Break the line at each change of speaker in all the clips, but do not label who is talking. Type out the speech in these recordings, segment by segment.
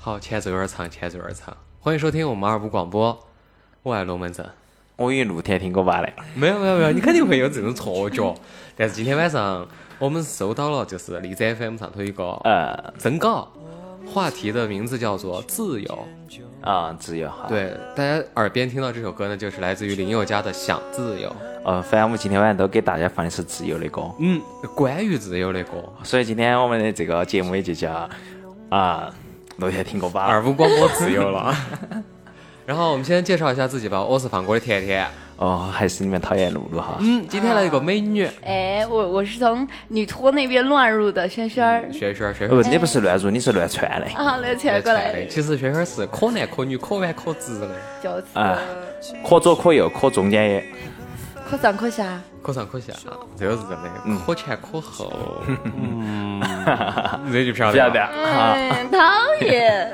好，前奏有点长，前奏有点长。欢迎收听我们二五广播，我爱龙门阵。
我以露天听歌吧嘞，
没有没有没有，你肯定会有这种错觉。 但是今天晚上我们收到了，就是荔枝 FM 上头有一个
呃
征稿，话题的名字叫做“自由
啊，自由哈”。，
对，大家耳边听到这首歌呢，就是来自于林宥嘉的《想自由》。
呃，反正我们今天晚上都给大家放的是自由的歌，
嗯，啊关于自由的歌，
所以今天我们的这个节目也就叫啊露天听歌吧。
二五广播自由 了。然后我们先介绍一下自己吧，我是放歌的甜甜。
哦，还是你们讨厌露露哈。
嗯，今天来一个美女，
哎，我我是从女托那边乱入的，轩轩儿
轩轩，轩
呃
轩
不，。你不是乱入，你是乱窜的。
啊，来起来过来的，
其实轩轩是可男可女、可弯可直的，
就是
哎
啊可左可右，可中间也。
可上可下，
可上可下，这个是真
嗯
的，可前可后。嗯， 这就漂
不要
亮。
不要哈。
嗯，讨厌，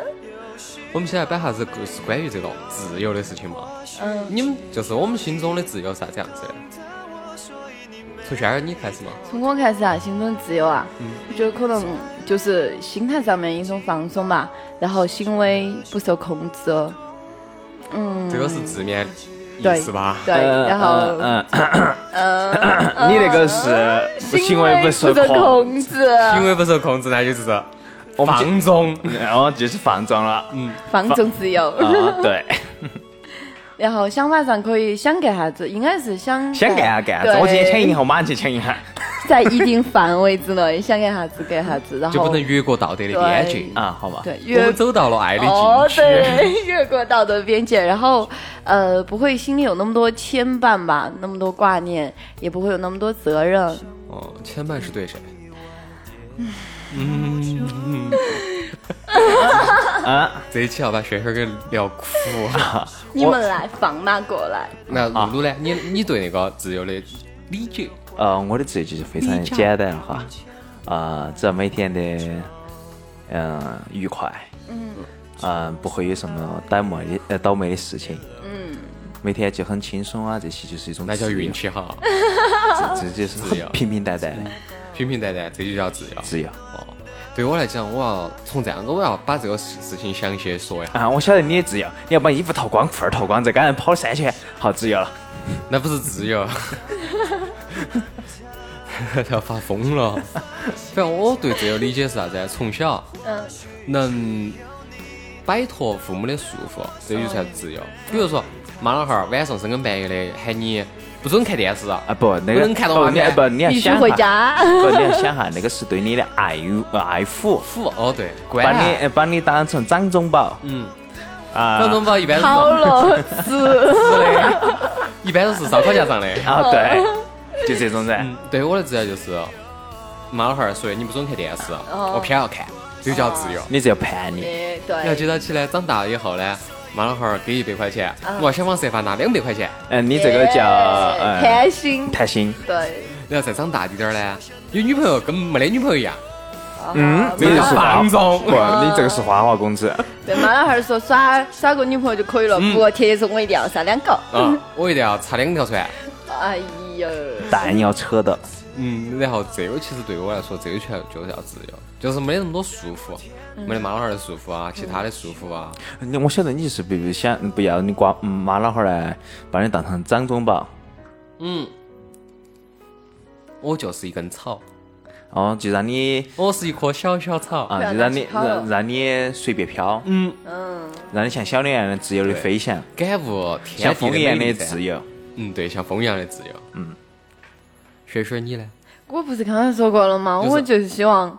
我们现在摆啥子就是关于这个自由的事情嘛？
嗯，
你们就是我们心中的自由是啥子样子的？从轩儿你开始嘛？
从我开始啊，心中自由啊，我觉得可能就是心态上面一种放松吧，然后行为不受控制，哦嗯，
这个是字面
对
意思吧？
对，然后
嗯，呃你那个
呃
是呃行为不受
行为不受
控，
控制，
因为不受控制，那就是
我们
放纵。
就 哦就是放纵了。嗯
放纵自由，
啊， 对，
然后想法上可以想干啥子，应该是想
想干
啊
啥干啥子，
对
我今天抢银行，马上去抢银行。
在一定范围之内，想干啥子干啥子，然后
就不能越过道德的边界。
啊，好吧。
对
我
越
们走到了爱的
哦
境界。
对 越过道德边界，然后呃不会心里有那么多牵绊吧，那么多挂念，也不会有那么多责任。
哦，牵绊是对谁？嗯，啊，这一期要把轩轩给聊哭。
你们来放马过来，
那露露呢？你你对那个自由的理解？
呃，我的自由就是非常简单了哈，呃，只要每天的嗯、愉快，嗯，呃，不会有什么倒霉的呃倒霉的事情，嗯，每天就很轻松啊，这些就是一种
那叫
自由
运，气哈，
这这就是
自由
很平平淡淡的
平平淡淡，这就叫自由。
自由。
哦，对我来讲，我要从这样子，我要把这个事事情详细地说一下。
啊，我晓得你的自由，你要把衣服脱光，裤儿脱光，再赶紧跑三圈，好自由了。
那不是自由， 要发疯了。反正我对自由理解是啥子？啊从小，
嗯，
能摆脱父母的束缚，这就算自由。比如说，妈老汉儿晚上深更半夜的喊你不准看电视啊
啊，不，那
不
个
能看动
不
画
你
片
不，你要
必须
想哈
回，家。
不，你要想哈，那个是对你的爱与呃爱抚，
虎哦对，关
把
啊
你呃把你当成掌中宝
嗯，
啊。
张忠宝一般都
好
是
了， 是
一般都是烧烤架上的。
啊，对，
哦
就这种人。
嗯，对我的自由就是，妈老汉儿说你不准看电视，
哦
我偏要看，这就叫自由。
你只要叛逆，
哎
然后
对，
接到起来，长大了以后呢，妈老汉儿给一百块钱，
嗯
我想方设法拿两百块钱，
嗯，你这个叫
哎
呃
开心，
贪心，
对，
然后再长大一点儿呢，有女朋友跟没得女朋友一样，
啊
啊
嗯，你这是 花
放纵
不，你这个是花花公 子，
对，妈老汉儿说耍耍个女朋友就可以了，不，铁铁说我一定要杀两个。
啊，我一定要插两条船。
哎呦，
蛋要扯的，
嗯，然后这个其实对我来说，这个全就是要自由，就是没得那么多束缚，
嗯
没得妈老汉儿的束缚啊，其他的束缚啊，
你我晓得你是不不想不要你瓜嗯妈老汉儿来把你当成掌中宝，
嗯，我就是一根草，
哦，就让你
我是一棵小小草。
啊，
不要
就
拿
让
起
你
抛
让让你随便飘，嗯
嗯，
让你像小鸟一样的自由的飞翔，
感悟天
像
地
风一样的
美丽噻
自由。
嗯，对，像风一样的自由。嗯，雪雪你呢？
我不是刚才说过了吗？
就是
我就是希望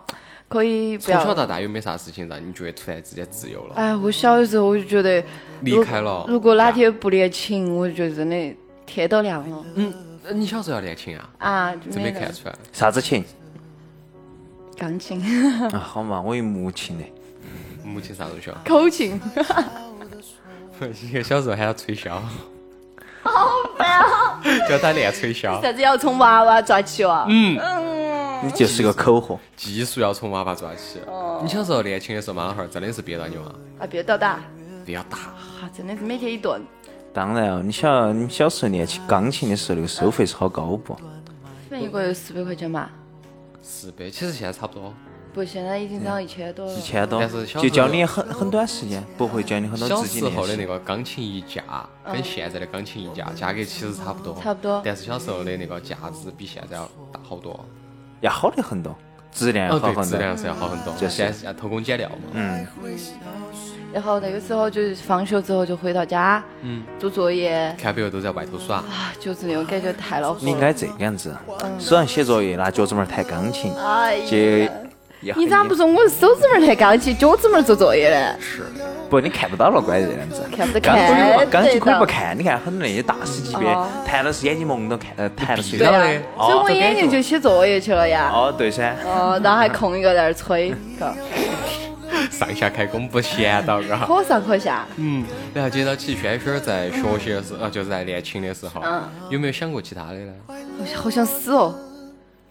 可以不
从
要
小到大有没有啥事情让你觉得突然之间自由了？
哎，我小的时候我就觉得
离
如
开了
如果哪天不练琴，我就觉得真的天都亮了
嗯，呃你小时候要练琴啊？
啊，就
真
没
没
得
看出来。
啥子琴
钢琴、
啊？好嘛，我有木琴的。
母亲啥时候学？
口琴，
一个小时候喊他吹箫。 好
啊
烦哦！叫他练吹箫，
啥子要从娃娃抓起哦？嗯，
你就是个口货。
技术要从娃娃抓起。
哦
你小时候练琴的时候，妈老汉儿真的是憋到你吗？
啊，别到大，
不要打。
啊，真的是每天一顿。
当然哦，你晓你小时候练起钢琴的时候，那个收费是好高不？
反正一个月四百块钱吧，
四百，其实现在差不多。
不，现在已经
嗯
涨到一千多了
一。千多
但是，小
就
时
教
候
你很很短时间，不会教你很多
小
自己
时候的那
练习。
个钢琴衣架跟现在的钢琴衣架价格其实差不多，
嗯差不多
但是小时候的那个架子比现在要大好多，
要好得很多，质量要
哦
好
对，
很
质
多。
量是要好很多。
这是
现在是要偷工减料嘛。嗯，
然后那个时候就是放学之后就回到家，嗯，做作业
看别个都在外头耍，
啊，就是那种感觉太恼火
你
了。
应该这个样子，
嗯
手上写作业，拿脚趾门儿弹钢琴，
哎
就
呀，
也很
你咋不说我手指门儿弹钢琴，脚趾门儿做作业呢？
不？你看不到了，乖这样子。
看不得
钢
看
琴可
得
以不钢琴可以
到
不看，你看很多那些大师级别
哦，
弹的是眼睛蒙着看，呃，弹的是
闭
对
着
啊
到嘞，哦
所以我眼睛就写作业去了呀。
哦，对噻，
哦，然后还空一个在那儿吹，嘎
上下开工不闲到嘎。
可上可下。
嗯，然后接到起轩轩儿在学习的时候，呃，就是在练琴的时候，有没有想过其他的呢？
我好想死哦！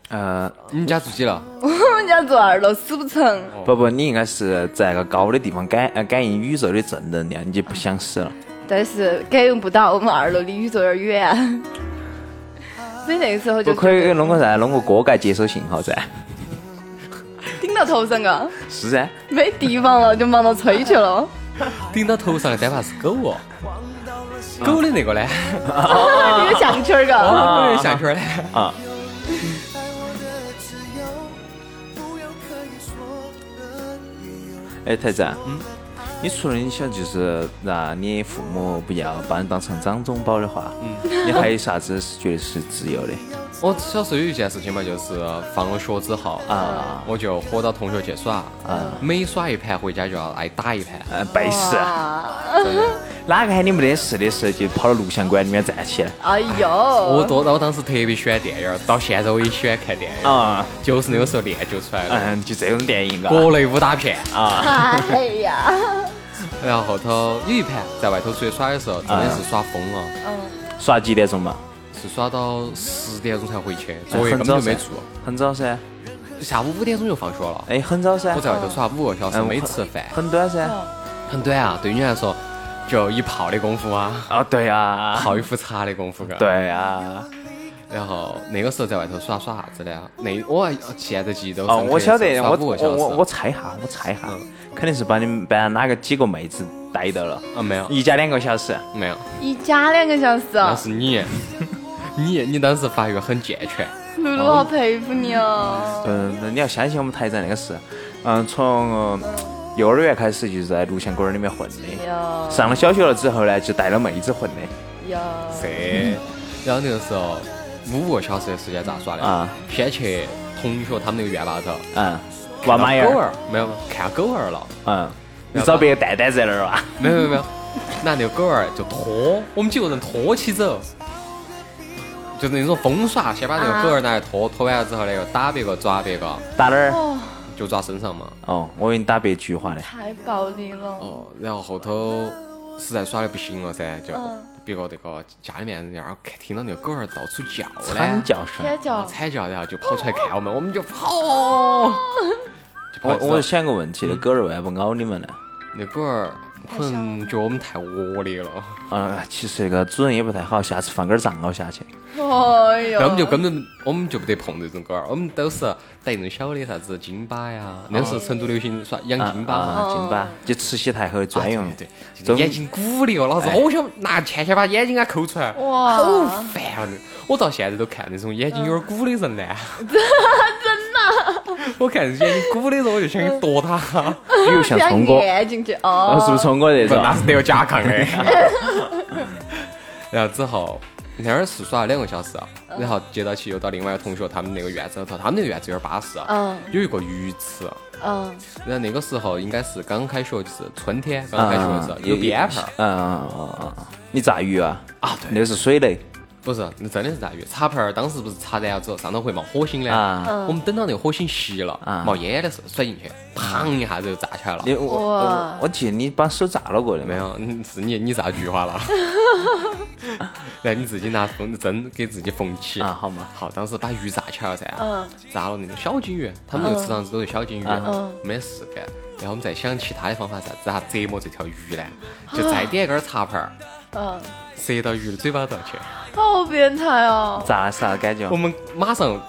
呃，
你们家住几楼？
我们家住二楼，死不成。
不不，你应该是在一个高的地方感呃感应宇宙的正能量，你就不想死了。
但是感应不到，我们二楼离宇宙有点 远。所以那个时候
不
就
可以弄个啥？弄个锅盖接收信号噻？
顶到头上啊，
是噻？
没地方了，就忙着吹去 了。
顶到头上的单怕是狗哦，狗的那个呢？
你个项圈儿嘎，
狗的项圈儿呢？
哎，台长，你除了你想就是让你父母不要把你当成掌中宝的话，你还有啥子是觉得是自由的？
我小时候有一件事情嘛，就是放了学之后啊，我就和到同学去耍，每耍一盘回家就要挨打一盘，
呃，背时，
啊，
真的。
哪个喊你没得事的时候就跑到录像馆里面站起来
哎呦，
我多，我当时特别喜欢电影儿，到现在我也喜欢看电影儿，
啊，
就是那个时候练就出来了。
嗯，就这种电影啊，
国内武打片，
哎 呀，
然后后头有一盘在外头出去耍的时候，真的是耍疯了，
哦
耍几点钟嘛？
是耍到十点钟才回去，
哎
作业
很
根本
早
就没
噻
做，，
很早噻，
下午五点钟就放学了。
哎，很早噻
我，在外头耍五个小时
嗯
没吃饭，
很短噻，
很短啊，对你来说就一泡的功夫啊，
啊，对啊，
泡一壶茶的功夫嘎。
对啊，
然后那个时候在外头耍耍啥子呢？那我还现在记忆都深
哦，
刻
我晓得，
是
我
耍五
我
个小
我
时。
我猜一下，我猜一下，肯定是把你们班哪个几个妹子带到了，
啊没有
一家两个小时，
没有，
一家两个小时
那
哦，
是你，你你当时发育很健全，
露露好佩服你哦。
嗯，那你要相信我们台长那个事，嗯，从呃幼儿园开始就是在录像馆里面混的，
哟
上了小学了之后呢，就带了妹子混的，
哟，
这，然后那个时候五个小时的时间咋耍的
啊？
先去同学他们那个院坝头
嗯，挖马眼
看狗
儿，
儿，没有看狗儿了，
嗯，你找别个蛋蛋在那儿啊哇，
没有没有没有，拿那个狗儿就拖，我们几个人拖起走。就是那种疯耍，先把那个狗儿拿来拖，拖完了之后呢，又打别个，抓别个，
打哪儿？
就抓身上嘛。
哦，我以为你打别菊花的，
哦太暴力了，
哦，然后后头实在耍的不行了噻，就别个那个家里面人家看听到那个狗儿到处叫哦
惨
呢，
叫声。
天叫
惨叫，然后就跑出来看我们，我们就
哦
跑。就
我
跑
我
走
想个问题，那狗儿为啥不咬你们呢？
那狗儿可能觉得我们太恶劣了，
啊，其实那个主人也不太好，下次放根儿藏獒下去。
哎呦，
那我们就根本我们就不得碰这种狗儿，我们都是带那种小的啥子金巴呀，那时候成都流行耍养金巴嘛。
啊，金巴就慈禧太后专用。
啊对，这
中
个眼睛鼓的哦，老子
哎
好想拿钱先把眼睛给它抠出来，
哇
好烦啊！我到现在都看那种眼睛有点鼓的人呢， 真的，我看眼睛鼓的人，我就想去剁他，
比如像聪哥，
眼进去
啊，
哦，
是不是聪哥这
不
种？
那是得有甲亢
哎
的。然后之后那儿是耍了两个小时，啊然后接到起又到另外一个同学他们那个院子里头，他们那个院子有点巴适，啊
嗯
有一个鱼池，
嗯，
然后那个时候应该是刚开学，就是春天
啊
刚开学的时候，有鞭炮。啊
啊嗯嗯嗯嗯嗯，你炸鱼啊？啊，对，那是水雷。
不是，那真的是炸鱼。茶盘儿当时不是查燃料之后，上头会冒火星呢？
啊
我们等到那个火星熄了，
啊
冒烟的时候甩进去，砰一下子就炸起来了。
你我
哇
我我记得你把手炸了过的嘛
没有，嗯是你你炸菊 花了，然后你自己拿缝针给自己缝起
啊好嘛
好，当时把鱼炸起来了噻，
嗯
炸了那种小金鱼，他们那个池塘子都是小金鱼，啊
嗯
没事干。然后我们再想其他的方法，咋咋折磨这条鱼呢？就再点一根茶盘儿，
嗯，
塞到鱼的嘴巴上去。
好变态哦！
炸了是啥感觉
我？们马上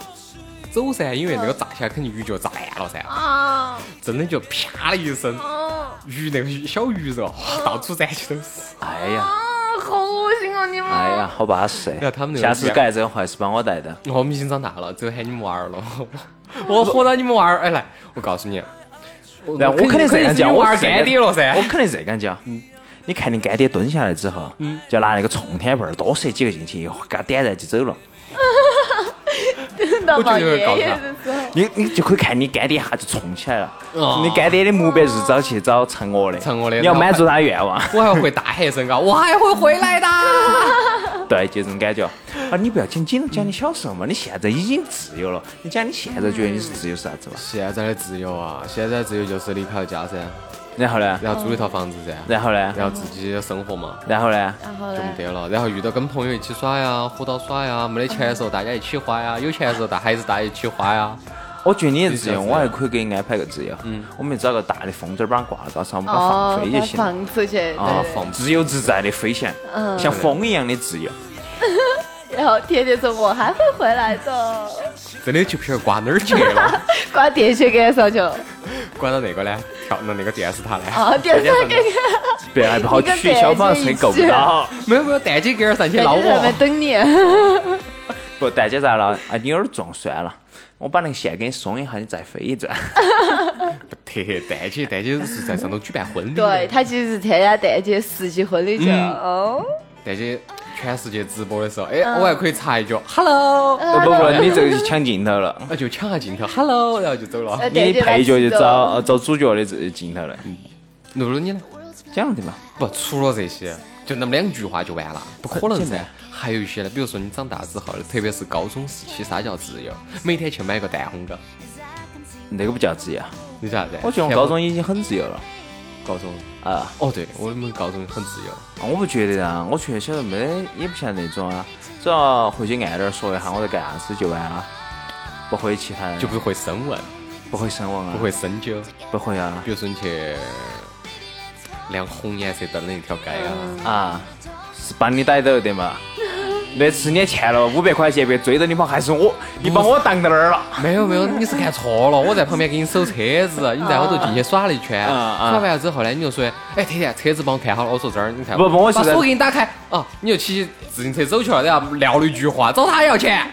走噻，因为那个炸起来肯定鱼就炸烂了噻，
啊
真的就啪的一声，
啊
鱼那个小鱼肉哇到处燃起都是。
哎呀，
啊！好恶心哦，你们！
哎呀，好巴适
那他们那
下
个
次干这种坏事帮我带的。
哦我们已经长大了，只有喊你们娃儿了。 我活到你们娃儿，哎来，我告诉你，我
然后我肯定这样
是你
讲，
们
我
娃儿
是这样
干爹了噻嗯
我。肯定这样讲。你看你干爹蹲下来之后，就拿那个冲天炮多射几个进去，给他点燃就走了。
到
我
老
就有
爷
点搞
爷
他
的时候，
你你就可以看你干爹一下就冲起来了。
哦
你干爹的目标就是找去找嫦娥的，
嫦娥的
你要满足他的愿望。
我还会大喊一声啊，我还会回来的。
对，就这种感觉。啊，你不要仅仅讲你小时候嘛，你现在已经自由了。你讲你现在觉得你是自由是啥子嘛？
现在的自由啊，现在的自由就是离开了家噻，
然后呢？
然后租一套房子噻，
然后呢？
然后自己生活嘛。
然后呢？
然后
就没
嘞，
得了，然后遇到跟朋友一起耍呀，喝到耍呀，没得钱的时候大家一起花呀，有钱的时候大还是大家一起花呀。
我觉得你的自由，
你想怎样
我还可以给你安排个自由。嗯，我们找个大的风筝把它挂到上，我们把它放飞
把
就行了。
哦放嗯出去，
啊
对，
放自由自在的飞翔，像风一样的自由。
然后天天说我还会回来的，
真的就不晓得挂哪儿去了，
挂电线杆上去，
挂到那个呢，跳到那个电视塔呢。
啊，电线杆，
别啊还不好
你跟
取消防车够不到。
没有没有，蛋姐给儿上去
电
捞
线 杆上面
我。
等你，
不，大姐咋了？啊，你有点重算了，我把那个线给你松一下，你再飞一转。
不得，蛋姐蛋姐是在上头举办婚礼。
对，他其实是参加蛋姐十级婚礼去了，
嗯
哦，
蛋姐全世界直播的时候，哎，我还可以插一句，hello，
不不不，你这个是抢镜头 了，
那就抢下镜头，hello，然后就走了。
呃
你
蛋姐来
配角就
吃
找
的
呃找主角的这镜头了，
露露你呢？
这样的嘛。
不，除了这些，就那么两句话就完了，不可能
简
噻
单。
还有一些呢，比如说你长大之后，特别是高中时期，啥叫自由？每天去买个蛋烘糕，
那个不叫自由，
你啥子？
我觉得我
前
高中已经很自由了
高中，
啊！
哦对，我们高中很自由，
我不觉得啊，我觉得小时候没得，也不像那种啊，只要回去按点儿说一下我在干啥子就完了，不会其他的，
就不会深问，
不会深忘啊，
不会深究。
不会啊
比如说你去亮红颜色灯的一条街啊，
啊，是帮你逮到的 嘛。那次你欠了五百块钱，别追到你跑，还是我，你把我挡到那 儿了。
没有没有，你是看错了，我在旁边给你搜车子，你在后头进去耍了一圈，
啊啊
耍完了之后呢，你就说，哎，天天车子帮我看好了，我说这儿你看，
不不我是
把
在
锁给你打开啊，你就骑自行车走去了，然后撂了一句话，找他要钱
啊，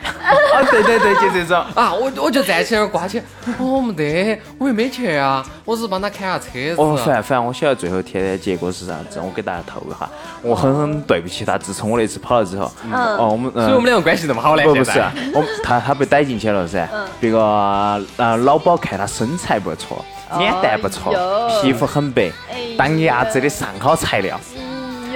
对对对，就这 种。
啊，我我就站起来挂起，我没得，我又没钱啊，我只是帮他看下车
我
子
反，正反正我晓得最后天天结果是啥子，我给大家透一下，我狠狠对不起他。自从我那次跑了之后，哦，我们，
所以我们两个关系那么好嘞，
不
现
不
在
是，啊我们他他被逮进去了噻。别个呃老鸨看他身材不错，脸蛋不错
哎，呦
皮肤很白
哎呀，
当鸭子的上好材料。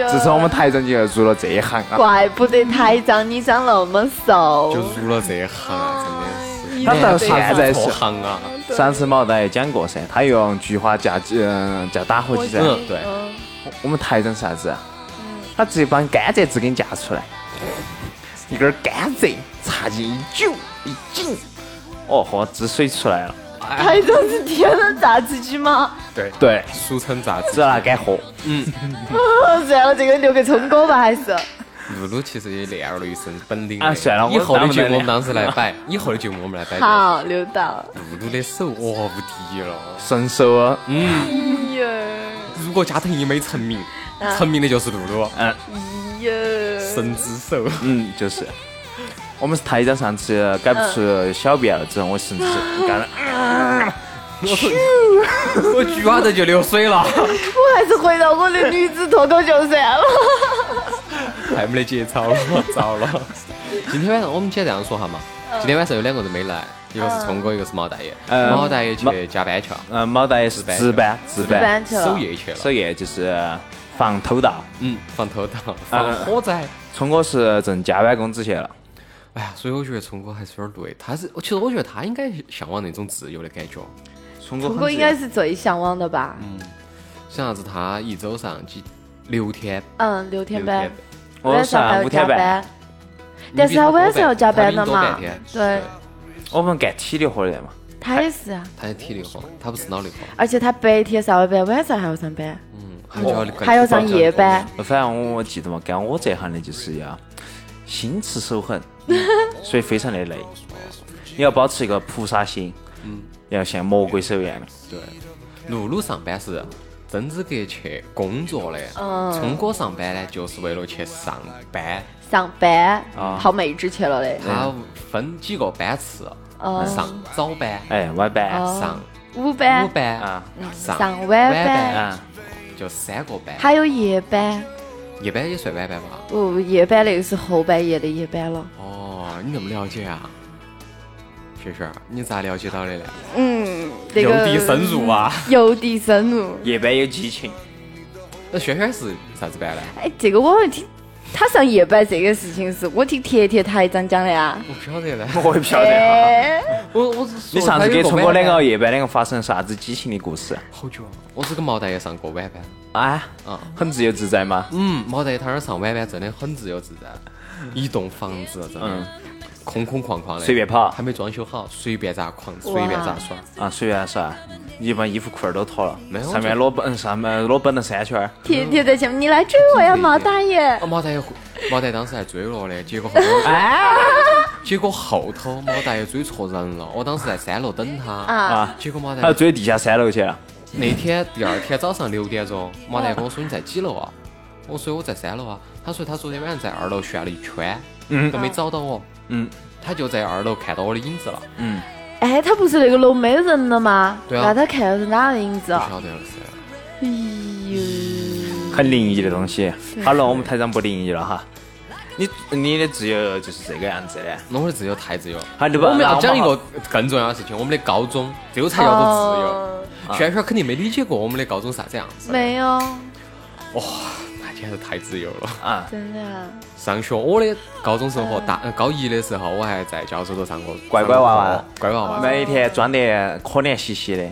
自从我们台长就入了这一行啊，
怪不得台长你长那么瘦，
就入了这一行啊，真的是。
一
他
脸
到
被
现在哎是
错行啊，
上次毛大爷讲过噻，他用菊花加嗯加打火机噻。
嗯，对，
我们台长是啥子啊？他直接把甘蔗汁给你夹出来，一根甘蔗插进一揪一紧，哦豁，汁水出来了。
哎
台长是天冷榨汁机吗？
对，
对，
俗称榨汁
只。要他敢喝，
哦算了，这个留给聪哥吧，还是
露露其实也练了一身本领
啊算了我
以后的节
当不了
目我们当时来 摆，以后的节目我们来摆。
好留到。
露露的手哇无敌了，
神手啊！
咿呀
如果加藤一没成名，成名的就是露露，
咿呀，
神之手。
嗯，就是。我们台长上次改不出小便了之后，我甚 至干了，
我菊花头就流水 了，
我还是回到我的女子脱口秀算了。
太没得节操了，糟了。 今天晚上我们先这样说哈嘛，今天晚上有两个人没来，一个是聪哥，一个是毛大爷。
嗯
毛大爷
毛
去加班去了，
嗯，毛大爷是值班，值
值班
班，
去了
守夜去了，
守夜就是防偷盗，
嗯嗯，防偷盗，防火灾，
聪哥是挣加班工资去了。
哎呀，所以我觉得聪哥还是有点累。他是，其实我觉得他应该向往那种自由的感觉。
聪哥
不
很
过
自
应该
由
是最向往的吧？
嗯
像啥子？他一周上几六天，
嗯，六天班，
我
晚上还
上
要
五天
加
半，
班，但是他晚上要加班的
的
嘛，对，
我们干体力活的嘛。
他也是啊，
他是体力活，他不是脑力活，
而且他白天上完班，晚上还要上班，
嗯，还要干
还要上夜班。，
反正我我记得嘛，干我这行的就是要心慈手 狠，所以非常的累。你要保持一个菩萨心，
嗯
要像魔鬼手一样的。
对，露露上班是真资格去工作的，
嗯
聪哥上班呢就是为了去上班，
上班，
啊
好妹纸去了嘞，
他分几个班次，
哦
上早班，
哎，晚班，
上
午
午
哦班，
班
啊，
上晚
晚
班，
啊，
就三个班，
还有夜班，
夜班也算晚班吧？
不，夜班那个是后半夜的夜班了。
哦，你那么了解啊？雪雪，你咋了解到的呢？
嗯，那个
有地深入啊！
有地深入。
夜班有激情，
那轩轩是啥子班呢？
哎，这个我好像听他上夜班这个事情是我听铁铁台长讲的呀。
我不晓得呢，
我也不
啊
晓得。
哎，
我我只是
你
说
上
他
次
有
给
个
聪哥
晚
两
班
个夜班两个发生啥子激情的故事
好久啊，我只跟毛蛋也上过晚班。
啊？
啊
很自由自在吗？
嗯，毛蛋他那儿上晚班真的很自由自在，一栋房子真的、空空旷旷的，
随便跑
还没装修好，随便咋狂，随便咋耍。
啊，随便耍，你把衣服裤儿都脱了
没，有
上面
就
裸奔，嗯上面裸奔了三圈儿。
铁铁在前面，你来追我呀，毛大爷
啊，！毛蛋也回毛蛋当时还追了我的，结果后 头、结果后头毛蛋又追错人了，我当时在三楼等他
啊
结果毛蛋
他追地下三楼去了。
那天第二天早上六点钟，马蛋跟我说你在几楼啊？
嗯
我说我在三楼啊。他说他昨天晚上在二楼旋了一圈，
嗯
都没找到我，
嗯
他就在二楼看到我的影子了，
嗯，
哎，他不是那个楼没人了吗？
对啊
那他看到是哪个影
不
子啊？
晓得了噻。
哎呦，
很灵异的东西。好了，我们台长不灵异了哈。你你的自由就是这个样子的。
那我的自由太自由。
好，你不
我们要讲一
那
个更重要的事情，我们的高中这个才叫做自由。
哎哦
啊
轩轩肯定没理解过我们的高中啥子样子，哎
没有，
那简直太自由了。
啊，
真的啊。
上学我的高中生活，大呃高一的时候我还在教授头上过
嗯乖乖娃娃
上过课乖娃娃，
每天装得可怜兮兮的，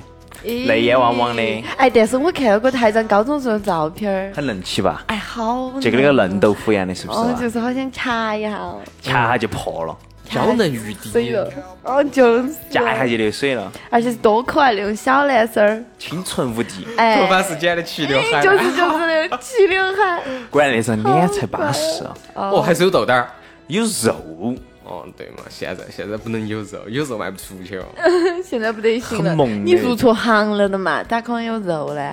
咦
泪眼汪汪的
哎，但是我看到过台长高中时候的照片儿，
很嫩气吧？
哎，好
就跟那个嫩豆腐一样的，是不？
哦，就是是好想掐一下哦，
掐一下就破了，
娇嫩欲
水
滴，
了，哦，就是，
夹一下就流水了，
而哎且是多可爱那种小男生儿，
清纯无敌。
头发
哎，
是剪的齐刘海，
就是就是那种齐刘海，
果然那张脸才巴适啊，
哦，还是有豆豆儿。
有肉，
哦，对嘛，现在现在不能有肉，有肉卖不出去哦。
现在不得行了
很，萌的
你入错行了的嘛，咋可能有肉嘞？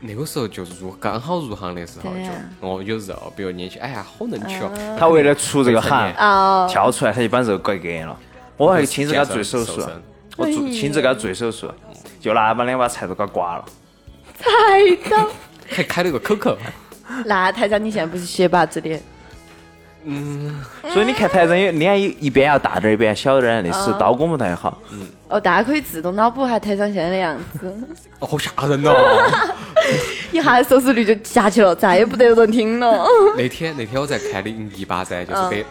那个时候就入刚好入行的时候
对啊
就
呀
哦有肉，比如年轻，哎呀好嫩气哦，
他为了出这个行，
哦，
跳出来他就把肉割给了。我还亲自给他做手术
健身瘦身，
我
哎
做亲自给他做手术，就拿把两把菜都给他刮了。
太高，
还开了个口口。
那台长你现在不是学霸之脸？
所以你看台人有脸有一边要大点儿，一边要小点儿，那是刀工不太好。
嗯
哦，大家可以自动脑补一下台长现在的样 子，
哦，好吓人哦！
一下收视率就下去了，再也不得有人听了。
那天那天我在看零一八噻，
哦
就是百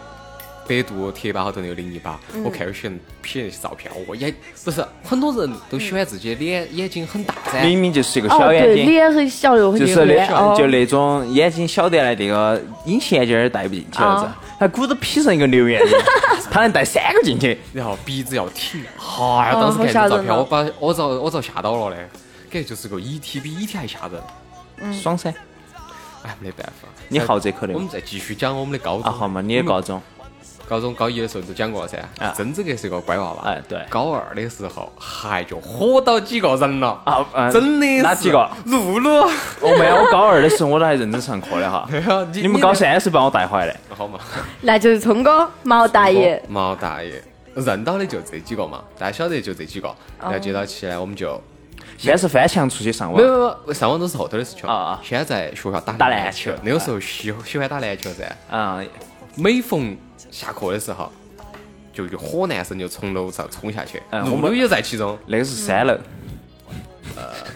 百度贴吧好多那个零一八，
嗯
我看有些人 P 那些照片，我也不是很多人都喜欢自己的
嗯
脸眼睛很大噻，
明明就是一个
哦，
小眼
对，
睛，
脸很小又很
就是
圆
那
哦，
就那种眼睛小得来，那个隐形眼镜儿戴不进去了
哦
噻。他鼓着 P 成一个牛眼睛， 他能戴三个进去。
然后鼻子要挺，哈呀！
哦
当时看
好吓
这
人
照片，
哦
我把我遭我遭吓到了嘞，感觉就是个 ET 比 ET 还吓人。
嗯
爽噻！
哎，没办法，
你好这口的
我们再继续讲我们的高中
啊，好嘛，你的高中，
高中高一的时候都讲过了噻
啊，
真这个是个乖娃娃。
哎对
高二的时候，嗨，就火到几个人了
啊嗯
真的是
哪几个？
露露，
我没有，我高二的时候我都还认真上课的哈。
你
你们高三是把我带坏的，
好嘛？
那就是聪哥、毛大爷
哦
我、毛大爷认到的就这几个嘛，大家晓得就这几个。
哦
然后接到起来，我们就
先是翻墙出去上
没
网，
有没有，上网都是后头的事情
啊啊
先在学校打
打
篮
篮球
那个时候喜喜欢打篮球噻，
啊，
每逢下课的时候，就有火男生就从楼上冲下去，
嗯
露
我们
露也在其中，
那个是三楼，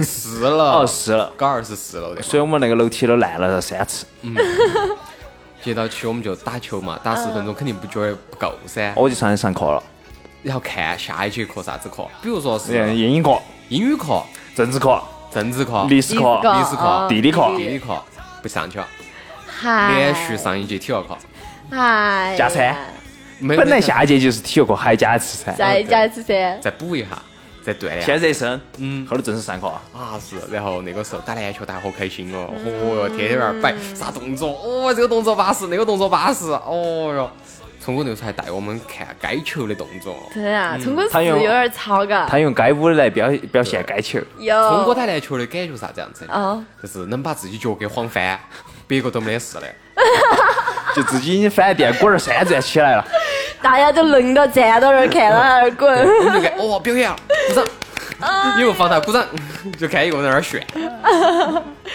四楼
哦，是了，
高二是四楼的，
所以我们那个楼梯都烂了三次。
接到球我们就打球嘛，打十分钟肯定不觉得不够噻，
我就上去上课了，
然后看下一节课啥子课，比如说
嗯，
是
英语课、
英语课、
政治课、
政治课、
历史课、
历史课
哦
地理课
地理课不上去了，
嗨，
连续上一节体育课，
嗨，
加餐
没
本来
没
下一节就是体育课，还加一次噻。
再加一次噻，
再补一下，再锻炼。
先热身，嗯，后头正式上课。
啊是，然后那个时候打篮球打得好开心哦，哦哟，天天在那儿摆啥动作，哦这个动作巴适，那个动作巴适，哦哟，聪哥那时候还带我们看该球的动作，
真的啊，聪哥
嗯他
是
用
有点糙嘎，
他用该舞来表表现该球，
有
聪哥打篮球的感觉啥子样子？
啊，
就是能把自己脚给晃翻，别个都没得事的。
就自己已经翻垫滚儿三转起 来了。
大家都愣到站到那儿看到那儿滚，
嗯
我们就看，哦，表演了，鼓掌，有个放他鼓掌， 就看一个人在那儿炫，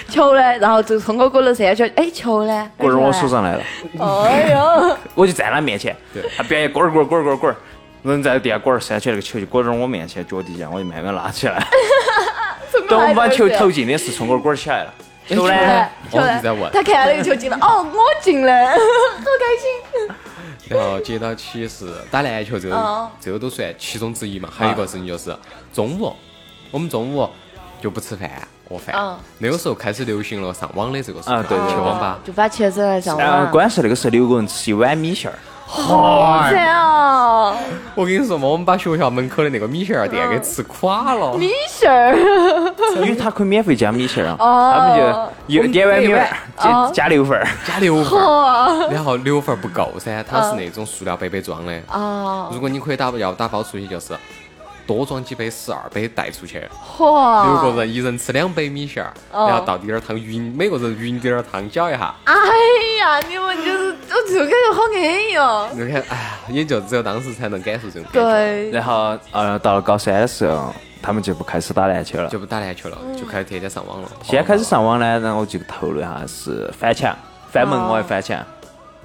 球呢？然后就聪哥滚了三圈，哎，球呢？
滚儿我手
球呢，
上来了，
哎呦，
我就站他面前，
对
他表演滚儿滚儿滚儿滚儿滚儿，人在地下滚儿三圈，那个球就滚到我面前脚底下，我就慢慢拉起来。
聪哥
等我
还
们把
在那
球
儿
投进的是从我滚儿起来了，哎
球呢？
嗯
球
哦
呢
你在问
哎他看到那个球进了，哦，我进了， 好开心。
然后接到起是打篮球，这
哦
个这个都算其中之一嘛。
啊
还有一个事情就是中午，我们中午就不吃饭饿
嗯
饭。那个时候开始流行了上网的这个事
啊对对
去
对
网吧。
就把钱整来上
然
网
后，关键是那个时候六个人吃一碗米线儿，
好惨哦，
我跟你说嘛，我们把学校门口的那个米线儿店给吃垮了。
米线 儿，
因为他可以免费加米线儿啊，
哦
他们就有点碗米
我们
碗
点
加加六份儿，
加六份儿，
哦
然后六份儿不够噻，它是那种塑料杯杯装的。
哦，
如果你可以打要打包出去，就是多装几杯十二杯带出去。
嚯，
六个人一人吃两杯米线儿，
哦
然后倒点儿汤匀，每个人匀点儿汤搅一下。
哎呀，你们就是，我就感觉好安逸哦。
你看，哎呀，也就只有当时才能感受这种感觉，
对，
然后呃到了高三的时候，他们就不开始打篮球了
就。不打篮球了，就开始天天上网了。
先开始上网呢，然后我就透露一下是翻墙、翻门，
哦
我也翻墙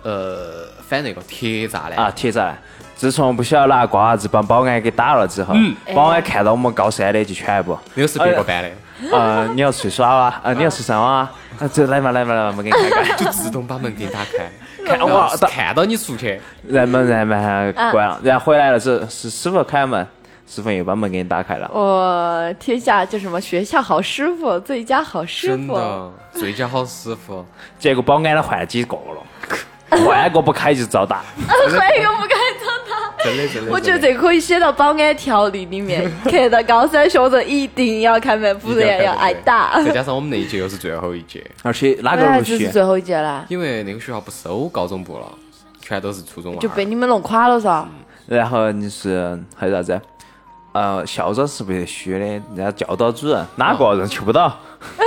呃，反那个铁栅栏
啊，，铁栅栏。自从不晓得哪个瓜娃子把保安给打了之后，
嗯
保安看到我们高三的就全部，
那个是别个班的，
呃，你要出去耍啊，
嗯
呃，你要出去上网啊，啊，走，来嘛来嘛来嘛，我给你看 看，
就自动把门给你打开，
看
然
哇
后，
打
看到你出去，
然后然后然
嗯
后关了，然后回来了之后是师傅开门，师傅又把门给你打开
哦
了，
我天下叫什么？学校好师傅，最佳好师
真
傅。
的最佳好师傅，
结果保安呢换了几个 了，换个不开就遭打，
还有一个不敢当他。
真的真的。
我觉得
真的
这可以写到保安条例 里面，看到高三学生一定要开门，不
一定
然要
要开
挨
门
打。
再加上我们那一届又是最后一届，
而且哪个
那
入
哎这
学
是？最后一节啦，
因为那个学校不收高中部了，全都是初中娃儿
就被你们弄垮了噻。
然后你是还有啥子？呃，校长是不得虚的，人家教导主任哪个人求不到？
嗯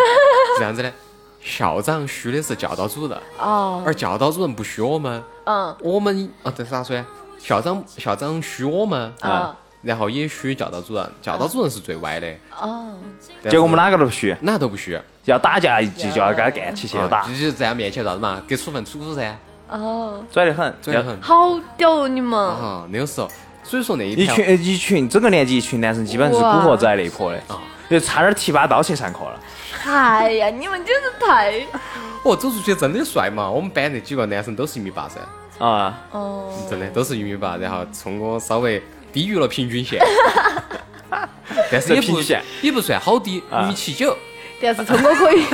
这样子的。校长虚的是教导主任，
哦，
而教导主任不虚我们，
嗯
我们啊，这是咋说呀？校长校长虚我们，
嗯
然后也虚教导主任，教导主任是最歪的，
哦，
但是
结果我们哪个都不虚，
哪都不虚，
要打架一就要给他干起去要打
啊，就是在他面前咋子嘛，给处分处噻，
哦，
拽得很，
拽得很
好屌哦你们！
啊。那个时候，所以说那一
一
条
群呃一群整个年级一群男生基本上是
哇
古惑仔那一波的，就差点提把刀去上课了。
哎呀，你们真是太……
哦，走出去真的帅嘛。我们班那几个男生都是一米八噻，
啊，
哦，
真的都是一米八，然后聪哥稍微低于了平均 线，但是也
平
不
均线
也不算好低，
啊
一米七九。
但是聪哥可以。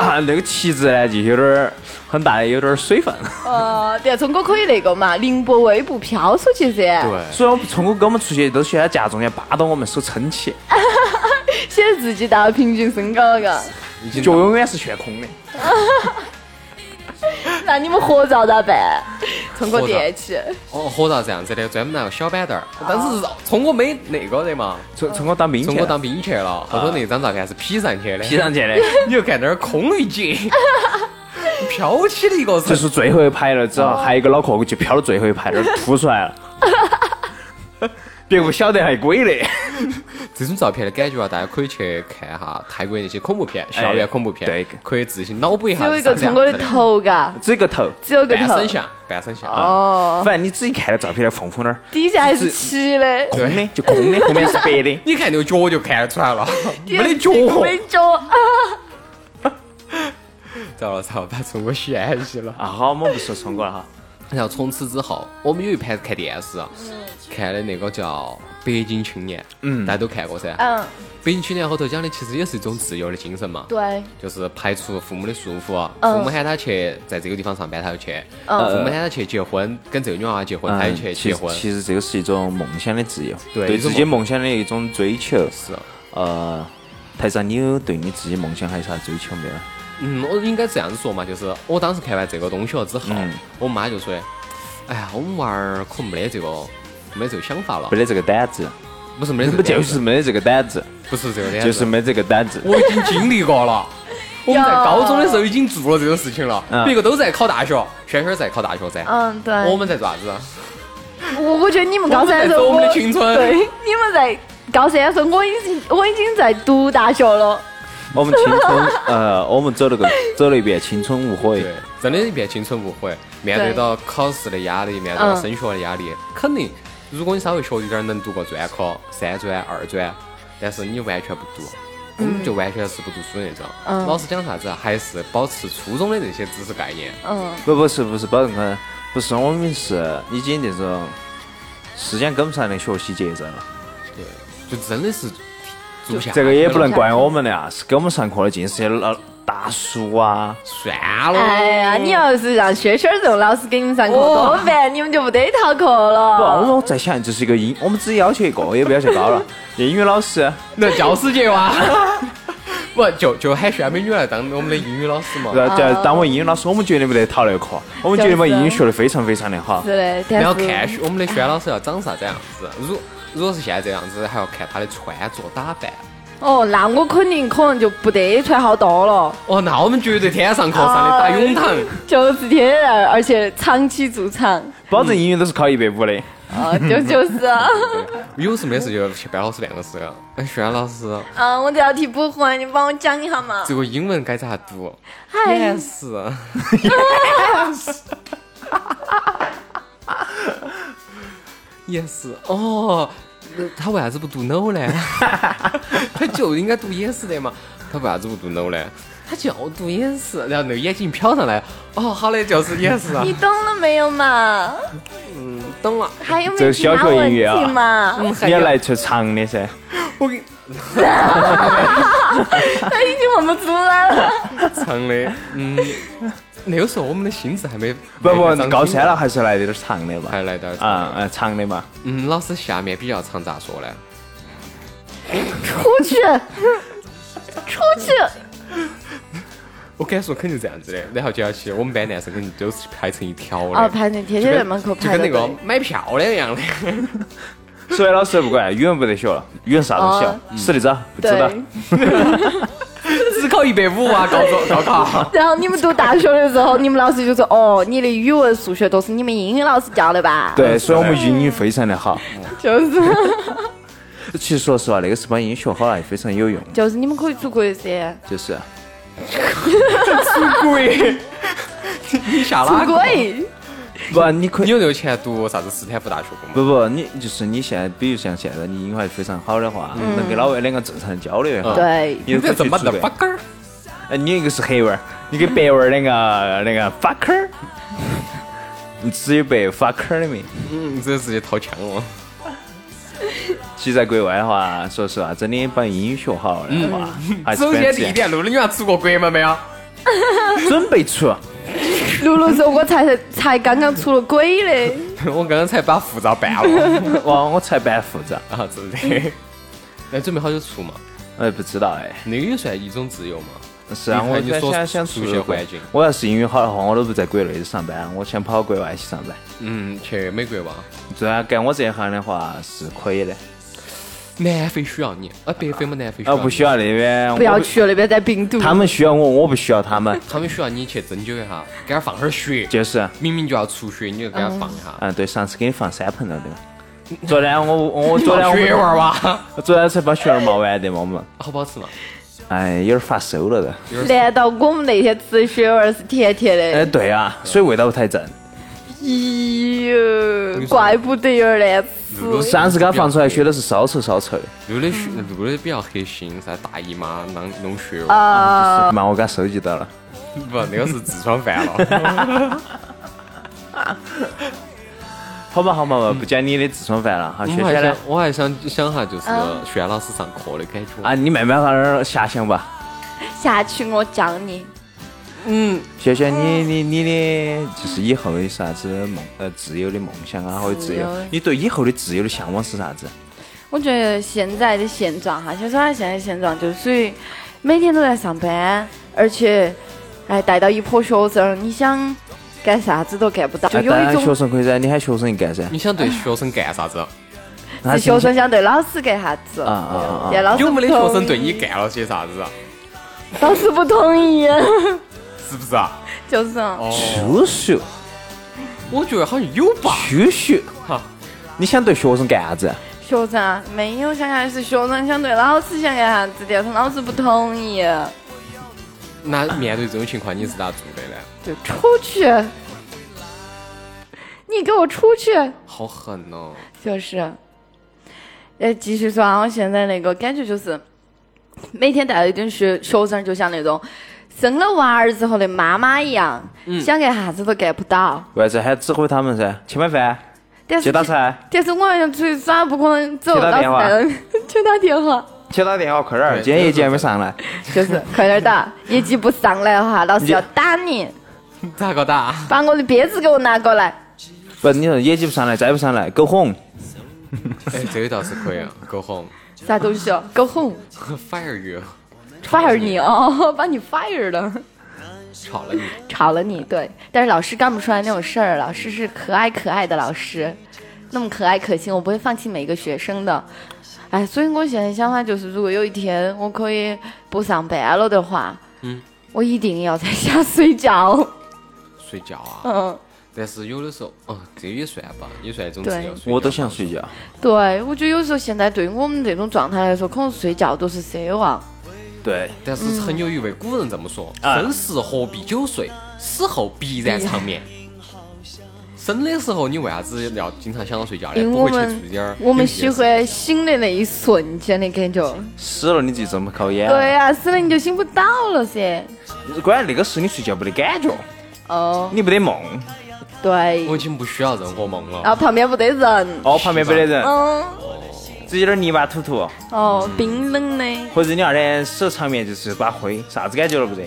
啊那个旗子呢就有点儿很大的有点儿水 分，
哦，对，聪哥可以那个嘛，凌波微步飘出去噻。
对，
所以我们从我跟我们出去都喜欢夹中间扒到我们手撑起，
显自己到平均身高嘎。
已经
脚
到
永远是悬空的。
那你们合照咋办？通过
合照
电器。
哦，合照这样子的，专门拿个小板凳儿，但是聪哥没那个的嘛。
从从我当兵
中
去
国
了，
当兵去了，后头那张照片是 P 上去的，
披上去 的。
你就看那儿空了一 截，飘起了一个
这
人。
是最后一排了，只要
哦
还有一个脑壳就飘到最后一排那儿凸出来了， 别个不晓得还鬼嘞。
这种照片的感觉啊，大家可以去看一下泰国那些恐怖片，校园恐怖片，
对
可以自行脑补一
哎只
下
有一
是
个
啥子
聪
样
哥
子
的
的。
头嘎，
只有个头，
只有个
半
头。
身像，半身像，啊
哦，
反正你仔细看那照片，那缝缝那儿
底下还是齐的，
空的，就空的，后面是
。
白的
你看那个脚就看得出来了，
底下
没得脚，
没脚。
糟了糟了，把聪哥嫌弃了。
啊，好，我们不说聪哥了哈。
然后从此之后，我们有一盘看电视，啊看的那个叫《北京青年》，嗯，大家都看过噻。
嗯，
北京青年》后头讲的其实也是一种自由的精神嘛，
对，
就是排除父母的束缚，啊
嗯
父母喊他去在这个地方上班，他就去；呃
嗯
父母喊他去结婚，跟这个女娃结婚，他就
嗯，
去
其
结
实
婚。
其实这个是一种梦想的自由，
对一
对
种
自己梦想的一种追求。
是，
呃，台上你有对你自己梦想还有啥追求没啊有？
嗯，我应该这样子说嘛，就是我当时看完这个东西了之后，
嗯
我妈就说：“哎呀，我们娃儿可能没得这个，没这个想法了
没，得这个胆子，
不是没得
不
这个点
就
子，
是没得这个胆子，
不是这个点子，
就是没这个胆 子。
我已经经历过了。我们在
哟
高中的时候已经做了这个事情了，
嗯
别个都在考大学，轩轩在考大学噻，
嗯，对。
我们在做啥子？啊
我我觉得你们高三的时候，
我们在走我们的青春
对，你们在高三的时候，我已经我已经在读大学了。
我们青春，呃，我们走 了个走了一遍青春无悔
对。，真的一片青春无悔。面对
对
到考试的压力，面对到升学的压力，肯定，如果你稍微学一点儿，能读个专科、三专、二专，但是你完全不读，我们就完全是不读书的那种。
嗯
老师讲啥子，啊还是保持初中的那些知识概念。
嗯，
不，不是，不是，保证可不是，我们是已经那种时间跟不上的学习节奏了。
对，就真的是住下
这个也不能怪我们的啊，是给我们上课的尽是些老大叔啊。
哦
算了。
哎呀，你要是让轩轩这种老师给你们上课，多烦，你们就不得逃
不，
课
我
了。
们在想，这是一个英，我们只要求一个，也不要求高了。英语老师，
那教师节哇， 不就就喊炫美女来当我们的英语老师嘛。
哦
然后就当我英语老师，我们绝对不得逃那个课，我们绝对把英语学得非常非常的好。
是的，但
然
是
后看我们的轩老师要长啥子样子，如如果是现在这样子，还要看他的穿着打扮。
哦，那我肯定可能就不得穿好多了，
哦，那我们绝对天天上课上
哦
的打泳堂，
就是天然，而且长期驻场，
保证英语都是考一百五的。
哦，就就是，
有什么事就去班老师办公室。哎，轩老师，
嗯，我这道题不会，你帮我讲一下嘛。
这个英文该咋读
嗨，
？Yes，yes，哦，那他为啥子不读 no 呢？ 他就应该读 yes 的嘛，他为啥子不读 no 呢？他就要读 yes，然后那个眼睛瞟上来，哦，好的，就是 yes 啊
你，懂了没有嘛？
懂了。嗯
还有没
这
有
个
其
小
他
学
问
英语啊
题嘛？
你要来出长的噻，
我给
他哎已经问不出来了。
唱的，嗯，那个时候我们的心智还没
不不
还没，
高三了还是来的点长的
还
哎
吧？
来点
啊呃，长的嘛。
嗯，老师下面比较长咋说呢？
出去，出去。
我敢说肯定这样子的，然后就要去我们班男生肯定都是排成一条的，
哦，排队天
就
天
跟
在门口
就
排
跟
着
那个哦
队
买票的一样的。
数学老师不管，语文不得学了，语文啥都学
哦，
死的早，不知道。
对，
只考一百五啊，高中高 考。
然后你们读大学的时候，你们老师就说：“哦，你的语文、数学都是你们英语老师教的吧？”，
对，所以我们英语非常的好。
就是
其实说实话，那个是把英语学好了，也非常有用。
就是你们可以出国的噻，
就是，
鬼， 你下
出
哪
国
个？
不，你可
你
以，
有那个钱读啥子斯坦福大学不嘛？
不不，你就是你现在，比如像现在你英语还非常好的话，能跟老外两个正常的交流一下。
对，
你
这怎么的
的？
八根儿？
哎，你一个是黑娃儿，你跟白娃儿两个那个 fucker，你只有白 fucker 的命。
嗯，这直接掏枪了。
其实，在国外的话，说实话，真的把英语学好了的话，还是
首
非
先
常
第
自
一
然
点，露露，你娃出过国门没有？
准备出。
露露说：“我才才刚刚出了轨嘞。
我刚刚才把护照办了。
哇，我才办护照，
啊，真
嗯
的。那准备好就出嘛，
哎，不知道哎。
那个也算一种自由嘛。
是啊，
你
我
看你
想
所
想想
熟
出
悉
国
环境
我要是英语好的话，我都不在国内上班，我想跑国外去上班。
嗯，去美国哇，
这样干我这一行的话是可以的。
南非需要你，啊，北非嘛，南非需
啊，
要
不需
要，
要那边，”
不要
我
去了，那边带病毒。
他们需要我，我不需要他 们。
他们需要你去针灸一下，给他放会儿血，
就是，
明明就要出血，你就给他放一下。
嗯，对，上次给你放三盆了，对吧？
嗯
昨天我我 我昨天我
血
们
丸哇，
昨天才把雪儿冒完的嘛，我们
好不好吃嘛？
哎有点发馊了的。
难道我们那天吃的雪儿是甜甜的？
哎，对啊，所以味道不太正。
咦
你
呦，
说
怪不得有点难吃。
上次给他放出来，血都是骚臭骚臭的。
露的血，露的比较黑心，啥大姨妈弄弄血丸，
啊，
嘛，我给他收集到了。
不，那个是痔疮犯了。
好吧，好吧，
嗯
好吧不讲你的痔疮犯了，好，轩
我还
轩呢
想？，啊我还想想哈，就是轩老师上课的感觉。
啊，你慢慢往那儿遐想吧。
下去我讲你，
轩轩，你
嗯
你你的就是以后有啥子梦呃自由的梦想啊，或者自由
自由，
你对以后的自由的向往是啥子？
我觉得现在的现状哈，小川现在的现状就属于每天都在上班，而且哎带到一波学生，你想干啥子都干不到，就
哎
有
当
一
然学
种
生可以噻，你喊学生去干噻。
你想对学生干啥子？
那
是学
听起
生想对老师干啥子，
啊啊啊
但
啊！
老师
有没得
不同
学生对
意
你干了些啥子啊？
老师不同意，
是不是啊？
就是啊
哦，
叔叔，
我觉得好像有吧。
叔叔，
哈，
你想对学生干啥子？
学生啊没有想干是学生想对老师想干啥子，但是老师不同意，
那面对这种情况，你是咋做的呢？
就出去， 你给我出去，
好狠哦！
就是，呃，继续说啊，我现在那个感觉就是，每天带了一堆学学生，就像那种生了娃儿之后的妈妈一样，
嗯
想干啥子都干不到。
为啥子还指挥他们噻？去买饭，
但是
接打菜，
但是我要想出去耍，不可能走
接
到
打电话
带接打 电话，
接打电话，快点儿！
对
今天业绩还没上来，
就是快点打，业绩不上来的话，老师要打你，
咋个打？
把我的鞭子给我拿过来。
不，你说业绩不上来，再不上来，狗哄。
哎，这个倒是可以啊，够红
啥东西哦？Go home，fire
，fire you，
你哦，把你 fire 了，
吵了你。
吵了你。对，但是老师干不出来那种事儿，老师是可爱可爱的老师，那么可爱可亲，我不会放弃每一个学生的。哎，所以我现在想法就是，如果有一天我可以不上班了的话，
嗯，
我一定要在家睡觉。
睡觉啊。
嗯，
但是有的时候，哦，这也算吧，也算一种自
对
由。睡
我
觉
都想睡觉。
对，我觉得有时候现在对于我们这种状态来说，可能睡觉都是奢望。
对，
但是曾有一位古人这么说：“
啊
生时何必久睡，死后必然长眠。”生的时候你为啥子要经常想到睡觉呢？
因为
哎不
我
会去
们
做点儿
我们
有
喜
些事
欢醒的那一瞬间的感觉。
死了你自己这么考验。
对，呀、死了你就醒不到了噻。
关键那个时候你睡觉没得感觉，
哦，
你没得梦，
对
我，已经不需要任何梦了。
然后旁边不得人，
哦，旁边没得人，
嗯，
自己在那儿泥巴吐吐，
哦，冰冷的，
或者你二天手长眠就是把灰，啥子感觉都不得。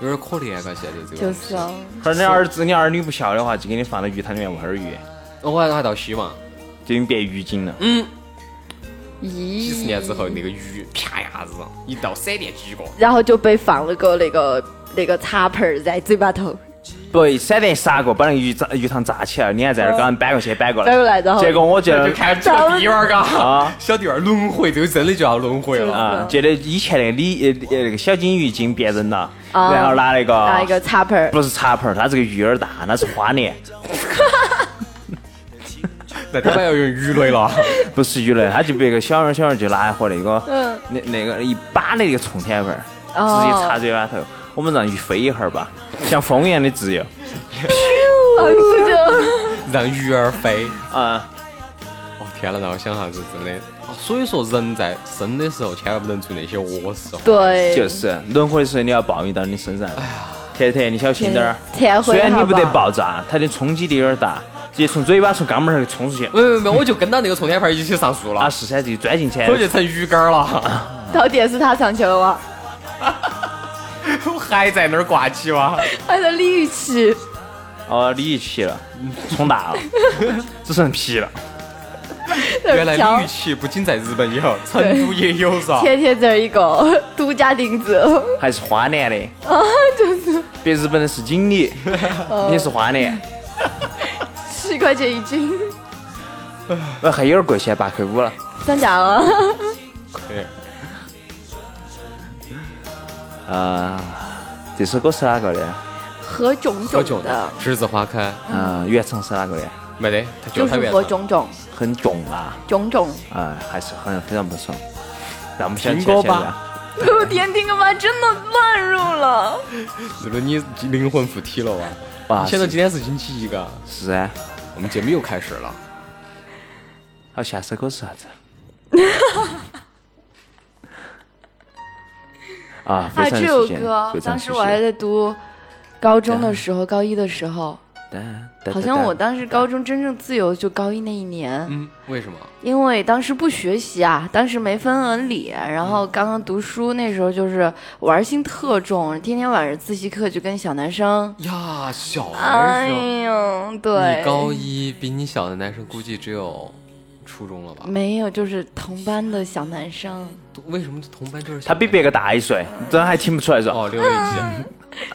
有点可怜啊，现在这个。
就是哦，
或者你儿子、你儿女不孝的话，就给你放到鱼塘里面喂点儿鱼，
我哦还还倒希望
就给你变鱼精了。
几十
咦，
年之后那个鱼啪一下子一道闪电击过，
然后就被放了个那个那个茶盆儿在嘴巴头，
不，闪电一杀过，把那个鱼炸鱼塘炸起来，你还在那儿给俺搬过去搬过
哦反过
来，
来然后
结果我觉
这
得
就看这个弟娃儿嘎
啊，
小弟娃儿轮回，这个真的就要轮回了。
啊，觉得以前那个鲤呃呃那个小金鱼已经变人了，
啊
然后拿那
拿
个
一个茶盆儿，
不是茶盆儿，它这个鱼儿大，那是花鲢，
那他妈要用鱼雷了，
不是鱼类，它就别个小儿小儿就拿一盒那个
嗯
那那个一把的那个冲天棍儿，
哦
直接插嘴巴头。我们让鱼飞一会儿吧，像风一样的自由。
哦
让鱼儿飞。
啊，
哦天了，让我想啥子，真的。哦所以说，人在生的时候千万不能做那些恶事哦。
对，哎
就是轮回的时候你要报应到你身上。特特，你小心点儿。
忏悔
虽然你
好
不
不
得
好
爆炸，它的冲击力有点大，直接从嘴巴从肛门儿冲出去，
没没没，我就跟到那个冲天炮一起上树
啊
了，
是噻，就钻进去。
我就成鱼竿了，
到电视塔上去了哇，
我还在那儿挂起哇。
啊
还有哎李玉琦，
哦，李玉琦了，冲大了， 只剩皮了。
原来
飘
李玉琦不仅在日本有，成都也有噻。
天天这儿一个 独家定制，
还是花鲢的啊，就是哦别日本的是锦鲤，你是花鲢，
七块钱一斤，
呃，还有点贵，现在八块五了。
涨价了。
对
啊，这首歌是哪个的？
何炅
喝
炅
酒
的
的，，栀子花开，
嗯，原唱是哪个的？
没得，他
就
他
是
原
何
唱。
炅炅
很囧啊，
炅炅。
啊，还是很非常不爽。让我们先
听歌吧
我 天，听个妈真的乱入了。
是不是你灵魂附体了哇？
哇，
你想到
啊是
今天是星期一嘎，
是啊，
我们节目又开始了。
好，下首歌是 啥子？啊，
啊，
非常
这
熟
首
悉
歌
啊非常
当时
熟
我还
悉。
在读高中的时候，高一的时候，
哒哒
好
哒
像
哒
我当时高中真正自由就高一那一年，
嗯，为什么？
因为当时不学习啊，当时没分文理，然后刚刚读书，那时候就是玩心特重，天天晚上自习课就跟小男生。
呀，小男
哎
生，
呦，对，
你高一比你小的男生估计只有初中了吧？
没有，就是同班的小男生，
都为什么同班就是小
他比别个大一岁，这还听不出来是吧？
哦溜了一截？
嗯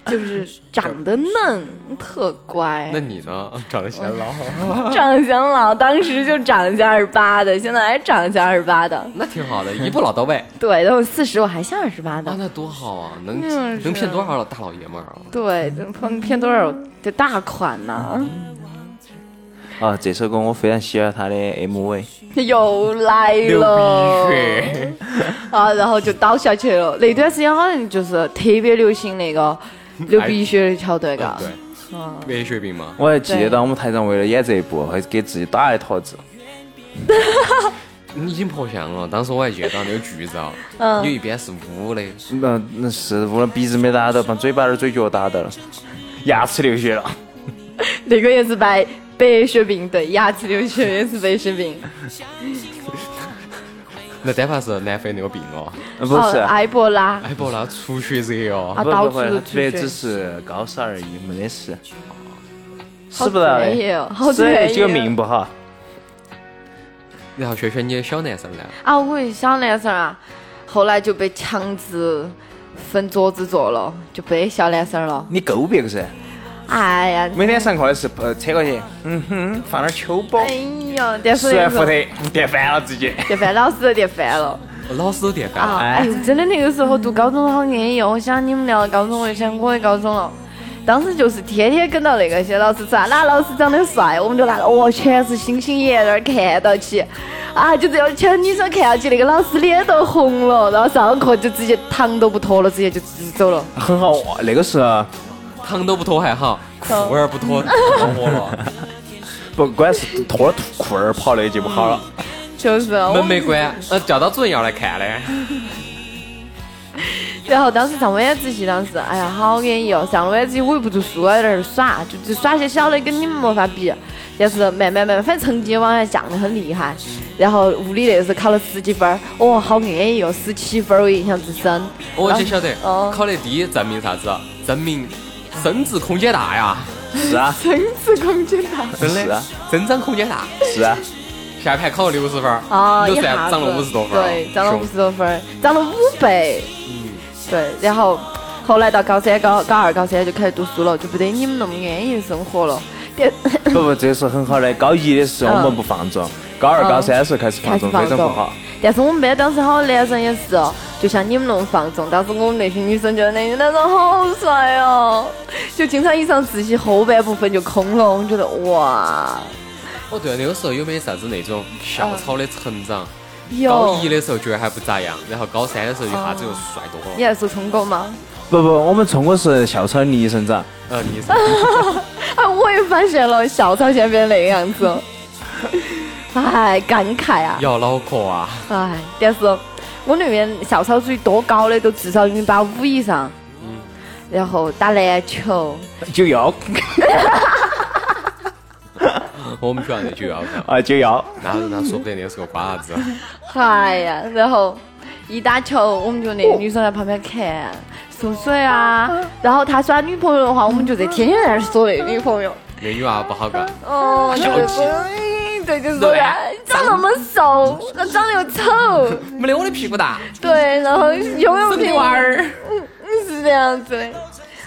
就是长得嫩，特乖
那，你呢？长得显老，
长相老，当时就长相二八的，现在还长相二八的，
那挺好的，一步老到位。
对，都四十，我还像二十八
啊，
呢。
那多好啊！能
嗯那是
能骗多少大老爷们儿啊？
对，骗骗多少得大款呢？
啊，这首歌我非常喜欢他的 MV，
又来了，啊，然后就倒下去了。那段时间好像就是特别流行那个流鼻血的桥段，嘎
啊，对，
嗯
免疫水平吗？
我还记得当我们台长为了演这一部，还给自己打了一坨子。
你已经破相了，当时我还遇到那个剧照，啊
嗯
有一边是乌的，
那那是无论鼻子没打到，把嘴巴的嘴角打到了， 牙齿流血了。
那个也是白白血病，对，牙齿流血也是白血病。
那单怕是南非那个病哦，哎
呃 不是，
哦埃博拉，
埃博拉出血热
啊
哦，
不
到
不
处
不，他
都
特别
出血
只是高烧而已，没得事。
好
死不到
专业
的
哦好，
死了
专业
几个命不好。
然后轩轩你的小男生呢？
啊，我一小男生啊，后来就被强制分桌子坐了，就被小男生了。
你够别个噻！
哎呀，
每天上课的时候，呃，扯过去，嗯哼，放点秋波
哎，呀，但是
吃完福特，电翻了自己。
电饭老师都电饭了。
老师都电饭
啊，
了，
哎呦，真的那个时候读高中好安逸哦。我想你们聊高中，我就想我的高中了。当时就是天天跟到那个些老师吃，哪老师长得帅，我们就那个哦，全是星星眼那儿看到起，啊，就这样全女生看到起，那个老师脸都红了，然后上课就直接糖都不脱了，直接就直走了。
很好，哇那个时候啊
糖都不脱还好，裤儿不
嗯
脱脱火 了，
不管是脱了裤儿跑的就不好了。
就是啊
门
我，
没关，呃，教导主任要来看的。
然后当时上晚自习，当时哎呀好安逸哦，上了晚自习我又不读书，在那儿耍，就就耍些小的，跟你们没法比。但是慢慢慢慢，反正成绩往下降得很厉害。然后物理那时候考了十几分儿，哦，好安逸哦，十七分儿我印象 最深。
我就晓得，
哦
考得低证明啥子？证明升值空间大呀，
嗯
是啊，
层次空间大。
真的
增长空间大。
是啊，
下盘考了六十分儿，
啊，
你
一
就算
下子
涨了五十多分儿啊，嗯
对，涨了
凶
五十多分儿，涨了五倍。对，然后后来到高三、高高二、高三就开始读书了，就不得你们那么安逸的生活了。但
不不，这是很好的。高一的时候我们不放纵，高二、
嗯
高三的时候开始
开
放
始
纵，
放
非
纵
常不好。。
但是我们班当时好多男生也是哦，就像你们那种放纵。当时我们那些女生觉得那些男生好帅哦，就经常一上自习后半部分就空了，我们觉得哇，
哦，对，那个时候有没有啥子那种校草的成长？高
嗯有哦
一。的时候觉得还不咋样，然后高三的时候一下子又帅多
你
了。
还说聪哥吗？
不不，我们中国是校草逆生长，
呃，你是
啊，我也发现了，校草现在变那个样子，哦 哎，感慨啊，
要脑壳啊！
哎，但是我那边校草属于多高的都至少一米八五以上，然后打篮球，
就要
嗯
我们学校那就要看，
啊就要。
哦
那那说不定那是个瓜娃子。
哎呀，然后一打球，我们就那个女生在旁边看，送水啊。然后他耍女朋友的话，我们就在天天在那儿说那个女朋友。
那女娃不好干，
哦，对
小气
对，就是说呀，长那么瘦，那长得又丑，
没得我的屁股大，
对，然后游泳
你
瓶
娃儿。
是这样子的。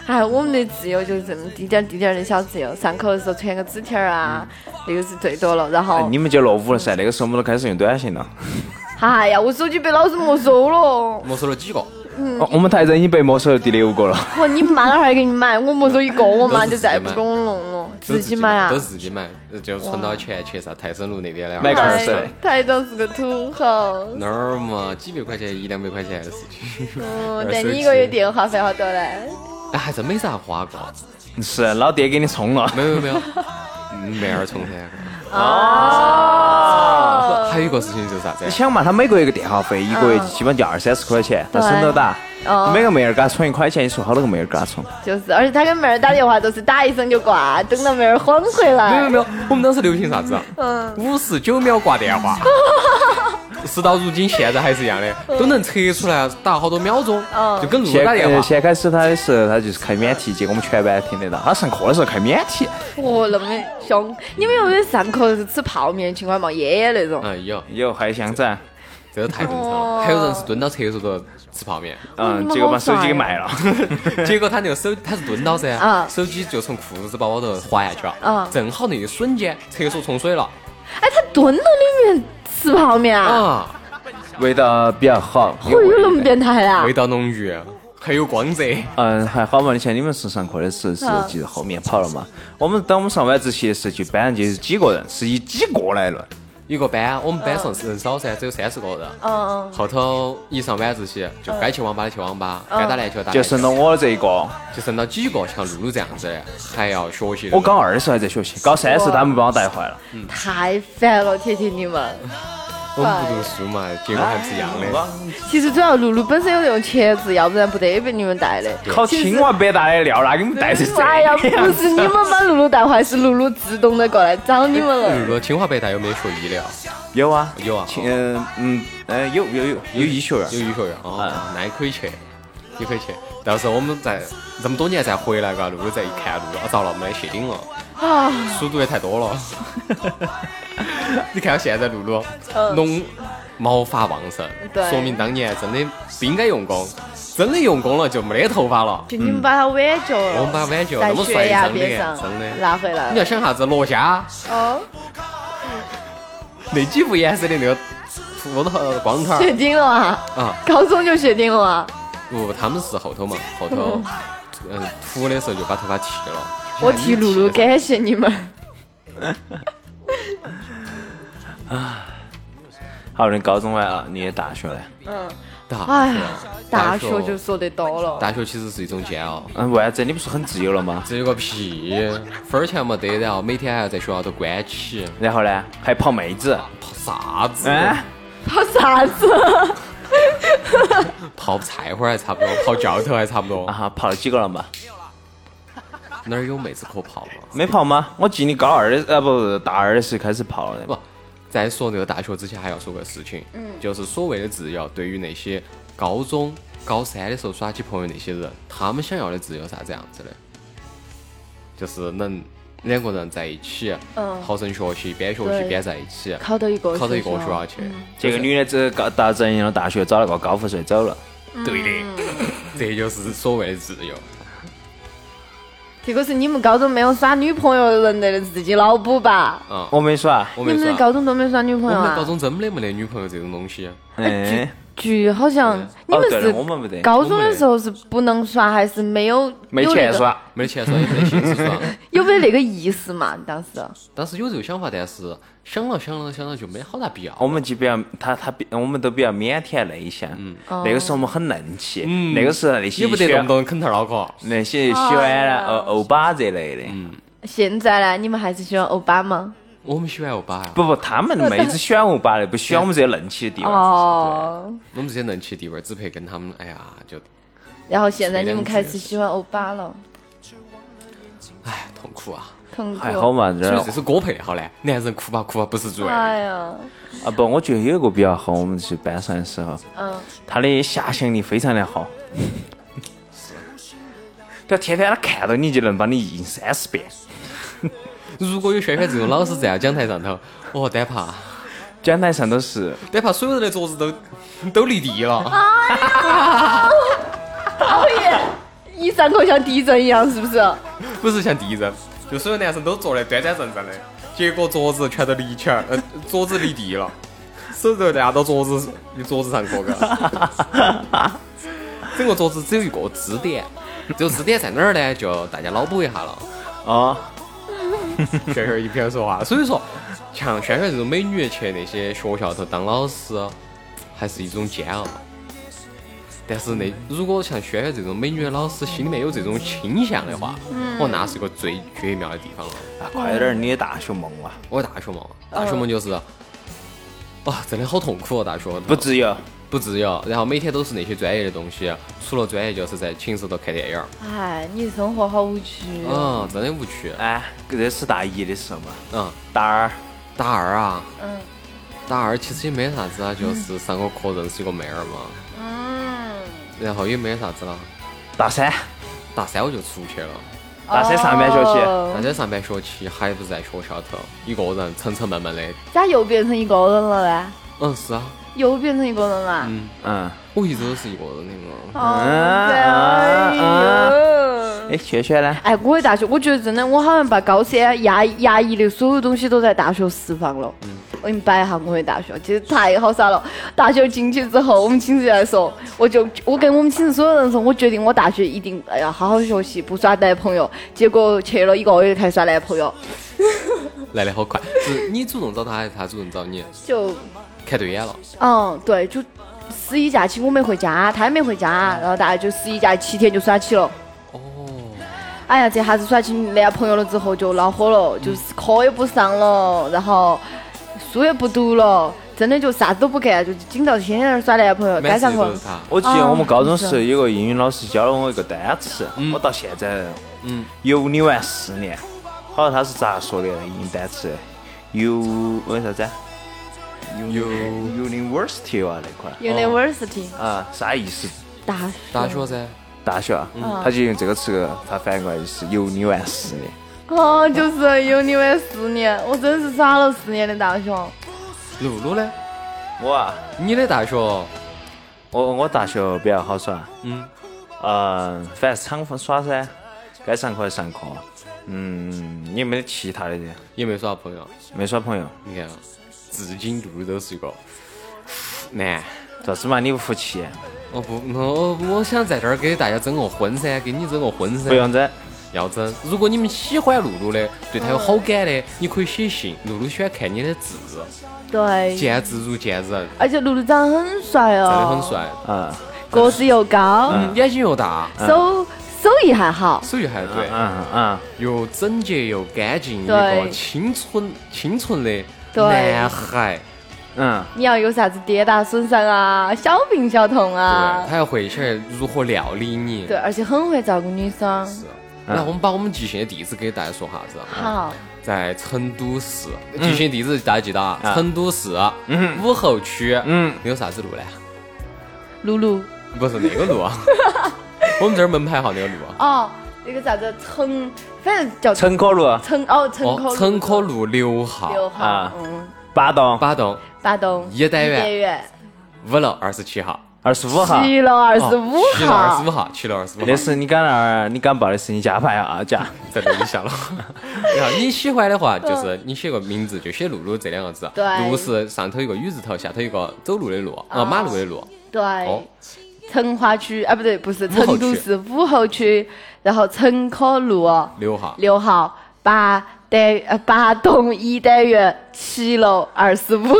哎，我们的自由就是这么滴点儿滴点儿的小自由。上课的时候传个纸条儿啊，那个是最多了。然后
哎，你们就落伍了噻，那个时候我们都开始用短信了。
哎呀，我手机被老师没收了。
没收了几个，
嗯
哦我们台长已经被没收了第六个了。
我你妈那儿还给你买，我没收一个，我妈
都
就
自
是
己买
再也不给我弄了，
都是
己买啊
都。是自己买，呃就存到钱去啥泰森路那边了。
买个二手
哎台长是个土豪，
那儿嘛，几百块钱、一两百块钱的事情，
嗯，
二
但
手
你一个月
机
电话费好多嘞？
哎，还真没啥花过。
是老爹给你充了。
没有没有没有，嗯妹儿充噻。
哦，
还有一个事情就是啥子？
你想嘛，他每个月一个电话费，一个月基本就二三十块钱，他省着打。
嗯对哦
每个妹儿给他充一块钱，你说好多个妹儿给他充，
就是，而且他跟妹儿打电话都是打一声就挂，等到妹儿缓回
没有
来。
没有，我们当时流行啥子啊？嗯，五十九秒挂电 话。事到如今，现在还是一样的，都能测出来打好多秒钟，
嗯
就跟路
先
打电
呃
话。
先开始他的时候，他就是开免提，结果我们全班听得到。他上课的时候开免提，
哦，那么凶！你们有没有上课是吃泡面、秦皇冒烟那种？
哎呦，
有还有箱子，
这个太正常
哦
了。还有人是蹲到厕所头吃泡面，
你
嗯，
们
结果
好
把手机
帅
给
啊
卖了。
结果他那个手他是蹲到噻
啊，
手机就从裤子包包头滑下去了
啊。
正好那一瞬间，厕所冲水了
哎，他蹲到里面吃泡面啊？
啊，
味道比较好。
会有那么变态啊
嗯味？道浓郁，还有光泽。
嗯，还好嘛。你像你们是上课的时候是
嗯
就是后面跑了嘛？我们等我们上晚自习的时候，就班上就是几个人，是以几个来
哎
论。
一个班，我们班上人少噻，只有三十个人。
嗯，
后头一上晚自习，就该去网吧的去网吧，
嗯
该打篮球打篮
就
球，
剩到我这一个，我
就剩到几个像露露这样子的，还要学习的。
高二的时候还在学习，高三的时候他们把我带坏了。
太烦了，铁铁你们。
我们不读书嘛，结果还不是一样
哎
的。
其实主要露露本身有那种潜质，要不然不得被你们带的。
考清华北大的料，那给 你们带成这
哎呀，
样
不。是你们把露露带坏，是露露自动的过来找你们
露
了。
露清华北大有没有学医的啊？
有啊，
有啊
清嗯嗯嗯，有有有有医学
有
院。
医学院哦，那也可以去，也可以去。到时候我们再这么多年再回来，嘎，露露再一看，露露啊，遭了，没谢顶了，
啊，
书读的太多了。你看现在露露，浓毛发旺盛，
嗯对
说明当年真的不应该用功，真的用功了就没得头发了。
就你们把他挽救了。
我们把挽救那
在
么帅
悬崖
一张
边
脸，
上
真的。
拿回来
你
了。
要想啥子罗虾
哦，
那几副颜色的那个秃头光头 儿
确定了啊！
啊，
高中就确定了啊！
不，他们是后头嘛，后头嗯秃的时候就把头发剃了。
我替露露感谢你们。
好，你高中完了，你的大学呢？
大
哎
学
呀，大
学
学就说得多了。
大学其实是一种煎熬，
嗯，为啥子？你不是很自由了吗？
只有个屁，分儿钱没得，然后每天还要在学校头关起，
然后呢，还泡妹子，
泡啥子？
哎，
跑 啥子？
泡菜花儿还差不多，泡教头还差不
啊
多，
哈，泡了几个了嘛？
哪儿有妹子可泡嘛？
没泡吗？我记你高二的，呃，不不，大二的时候开始泡的。
不，在说这个大学之前，还要说个事情，
嗯
就是所谓的自由，对于那些高中、高三的时候耍起朋友那些人，他们想要的自由是啥子样子的？就是能两个人在一起，
嗯
好生学习，边学习
对
边在一起，
考到一个
考到一个
学嗯
学校去，
这个女的这高大正进了大学，找了个高富帅走了。
对的，这就是所谓的自由。
这个是你们高中没有耍女朋友的人的自己脑补吧？
啊，
我没耍，
我
你
没
们的
说，
高中都没耍女
我
朋友
们的
啊
高？中真的没得女朋友这种东西， 啊
哎，
剧好像你
哦
们
对了，我们
是
没得，
高中的时候是不能耍，还是没有
没
有那
钱
个
耍，
没钱耍也没得心思耍。
有没有那个意识嘛？当时
当时有这个想法，但是想了想了想了就没好大必要。
我们就比较他他比我们都比较腼腆内向。嗯，那个时候我们很嫩气，那个时候那些
也不得
喜
动
欢
不动啃头脑壳。
那些喜欢了欧欧巴这类的。
现在呢？你们还是喜欢欧巴吗？
我们喜欢欧巴呀，
不不，他 们妹子喜欢欧巴的，不喜欢我们这些嫩气的地方。
哦，
我们这些能去地位只配跟他们，哎呀，就
然后现在你们开始喜欢欧巴了，
哎痛苦啊。
痛苦。
还好嘛，这
所以
儿
这首歌配得好嘞，男人哭吧哭吧不是罪。
哎呀，
啊不，我觉得有一个比较好，我们去班上的时候，
嗯，
他的遐想力非常的好， 他天天他看到你就能把你印三十遍。
如果有轩轩这种老师站在讲台上头，哦，单怕
讲台上都是，
单怕所有人的桌子都 都离地了。
讨厌，哎一上课像地震一样，是不是？
不是像地震，就所有男生都坐得端端正正的，结果桌子全都离起儿，呃， 桌子离地了，手都拿到桌子桌子上磕个，整个桌子只有一个支点，这个支点在哪儿呢？就大家脑补一下了。
哦，
轩轩一边说话，所以说像轩轩这种美女去那些学校头当老师，还是一种煎熬。但是那如果像轩轩这种美女的老师心里面有这种倾向的话，哦，那是个最绝妙的地方了。
啊快点儿，你的大学梦啊！
嗯
我大学梦，大学梦就是，哦，哦，真的好痛苦哦，大学
不自由，
不自由，然后每天都是那些专业的东西，除了专业就是在寝室头看电影儿，
哎，你生活好无趣
嗯，
哦。
真的无趣，
哎，这是大一的时候嘛，
嗯，
大二
大二啊，
嗯
大二其实也没啥子啊，就是上个课认识一个妹儿嘛，
嗯，
然后也没啥子了，
大三，
大三我就出去了。
大三上半学期
大
期，
家上半学期还不是在学校头，一个人沉沉闷闷的。
咋又变成一个人了嘞？
嗯，是啊，
又变成一个人了。
嗯，
嗯，
我一直都是一个人的嘛。
哦
嗯
哎呦
哎，圈圈呢？
哎，我的大学，我觉得真的，我好像把高三压压抑的所有东西都在大学释放了。我给你摆一下我的大学，其实太好耍了。大学进去之后，我们寝室来说，我就我跟我们寝室所有人说，我决定我大学一定哎呀好好学习，不耍男朋友。结果去了一个月开始耍男朋友，
来的好快，是你主动找他还是他主动找你？
就
看对眼了，
嗯对，就十一假期我没回家，他也没回家，
嗯
然后大家就十一假期七天就耍起了。
哦
哎呀，这下子耍起男朋友了之后就恼火了，
嗯
就是课也不上了，然后书也不读了，真的就啥子都不干，就紧到天天在那儿耍男朋友。该
满世
上
界
课
都是他。
我记得我们
哦
高中
是
时有个英语老师教了我一个单词，我到现在
嗯，
游你玩四年。好像他是咋说的英语单词？游为啥子啊
有
？University 啊那块儿
University
啊，啥意思？
大学
哦大学噻，
大学啊，
嗯
他就用这个词，他翻译过来就是游你玩四年。
哦，就是有你们四年，我真是耍了四年的大学。
露露呢？
我啊，
你的大学，
我我大学比较好耍，
嗯，
嗯，反正敞篷耍噻，该上课还上课，嗯，也没得其他的，
也没耍朋友。
没耍朋友。
你看，啊至今露露都是一个男。
咋子嘛？你不服气？
我哦不，我我想在这儿给大家征个婚噻，给你征个婚噻。
不用争，
要真，如果你们喜欢露露的，对她有好感的，你可以写信。露露喜欢看你的字，
对，
见字如见人，真
而且露露长得很帅哦，
的很，帅，
嗯
个子又高，
嗯，啊眼睛又大，
手手艺还好。
手艺还对，
嗯嗯，
又整洁又干净，一
对
个清纯清纯的
对
男孩。
嗯，
你要有啥子跌打损伤啊，小病小痛
对，
啊
他，要会起来如何料理你。
对，而且很会照顾女生。
是。啊来，我们把我们集训的地址给大家说下子啊。
好，
在成都市，集训地址大家记得啊，成都市
嗯
武侯区，
嗯，
有啥子路呢？
露露。
不是那个 路啊，我们这儿门牌号那个路啊。
哦，那个啥子城，反正叫
成果路
城哦，城口
哦，
路
城口路六号，
六号
啊，
嗯，
八栋
八栋
八栋
一单元
一单元
五楼二十七号，哦
二十五号。
七楼二十五
七楼二十五
号，
号，七楼二十五号
那，是你赶那儿，你赶报的是你加牌啊，加。
在楼底下 了。然后你喜欢的话，就是你写个名字，就写露露这两个字。
嗯
啊
对
露是上头一个雨字头，下头一个走路的路，啊，马路的路。哦
对，成华区啊，不对，不是
武侯
成
区
都市武侯区，然后城口哦路
六号，
六号八单呃八栋一单元七楼二十五号。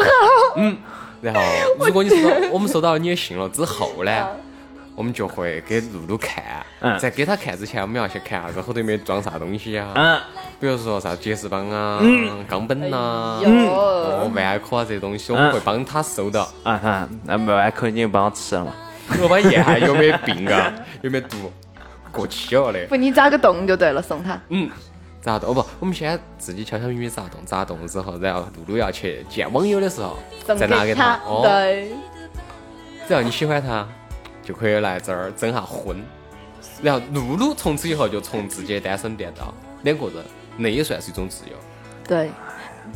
然后如果你收到 我们收到你的信了之后呢，我们就会给露露看。
嗯
在给她看之前，我们要去看下子后头有没有装啥东西啊？
嗯，
比如说啥结石棒啊、钢本呐、
哎哟
哦，，万科啊这些东
嗯
西，我们会帮他收到，
啊哈，那没完口你就帮我吃了嘛。
我把验下有没有病啊， 有没有毒，过期了的。
不，你扎个洞就对了，送他。
嗯，咋动？哦不，我们先自己悄悄咪咪咋动，咋动之后，然后露露要去见网友的时候，
送
再拿给
他，
哦，
对，
只要你喜欢他，就可以来这儿征下婚。然后露露从此以后就从自己的单身变到两个人，那也算是一种自由。
对，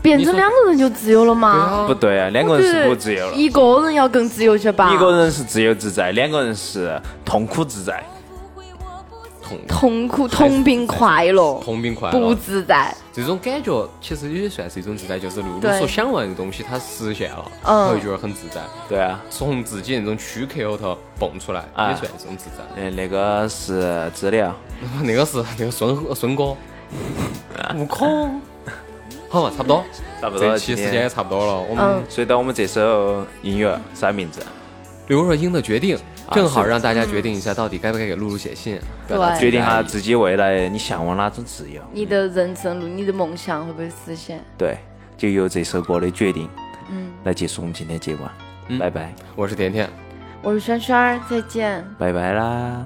变成两个人就自由了吗？
不对啊，两个人是不自由了，
一个人要更自由些吧？
一个人是自由自在，两个人是痛苦自在。
痛
痛苦、痛并快乐，
痛并快乐，
不自在。
这种感觉其实也算是一种自在，就是露露
对
所向往的东西，它实现了，
嗯
她会觉得很自在。
对啊，
从自己那种躯壳后头蹦出来，
哎
啊
也算一种自在。
嗯，那个是资料。
那个是那个孙孙哥，悟空，好嘛，差不多，
差不多
这一期时间也差不多了。我们
嗯
所以到我们这首音乐啥名字？
刘若英的决定，
啊
正好
是
让大家决定一下，到底该不该给露露写信，表达自
对
己
决定
的爱
下
意
自己未来你向往哪种自由。
你的人生路，你的梦想会不会实现？
对，就由这首歌的决定。
嗯，
来结束我们今天节目啊，
嗯
拜拜，
我是甜甜。
我是轩轩儿，再见。
拜拜啦。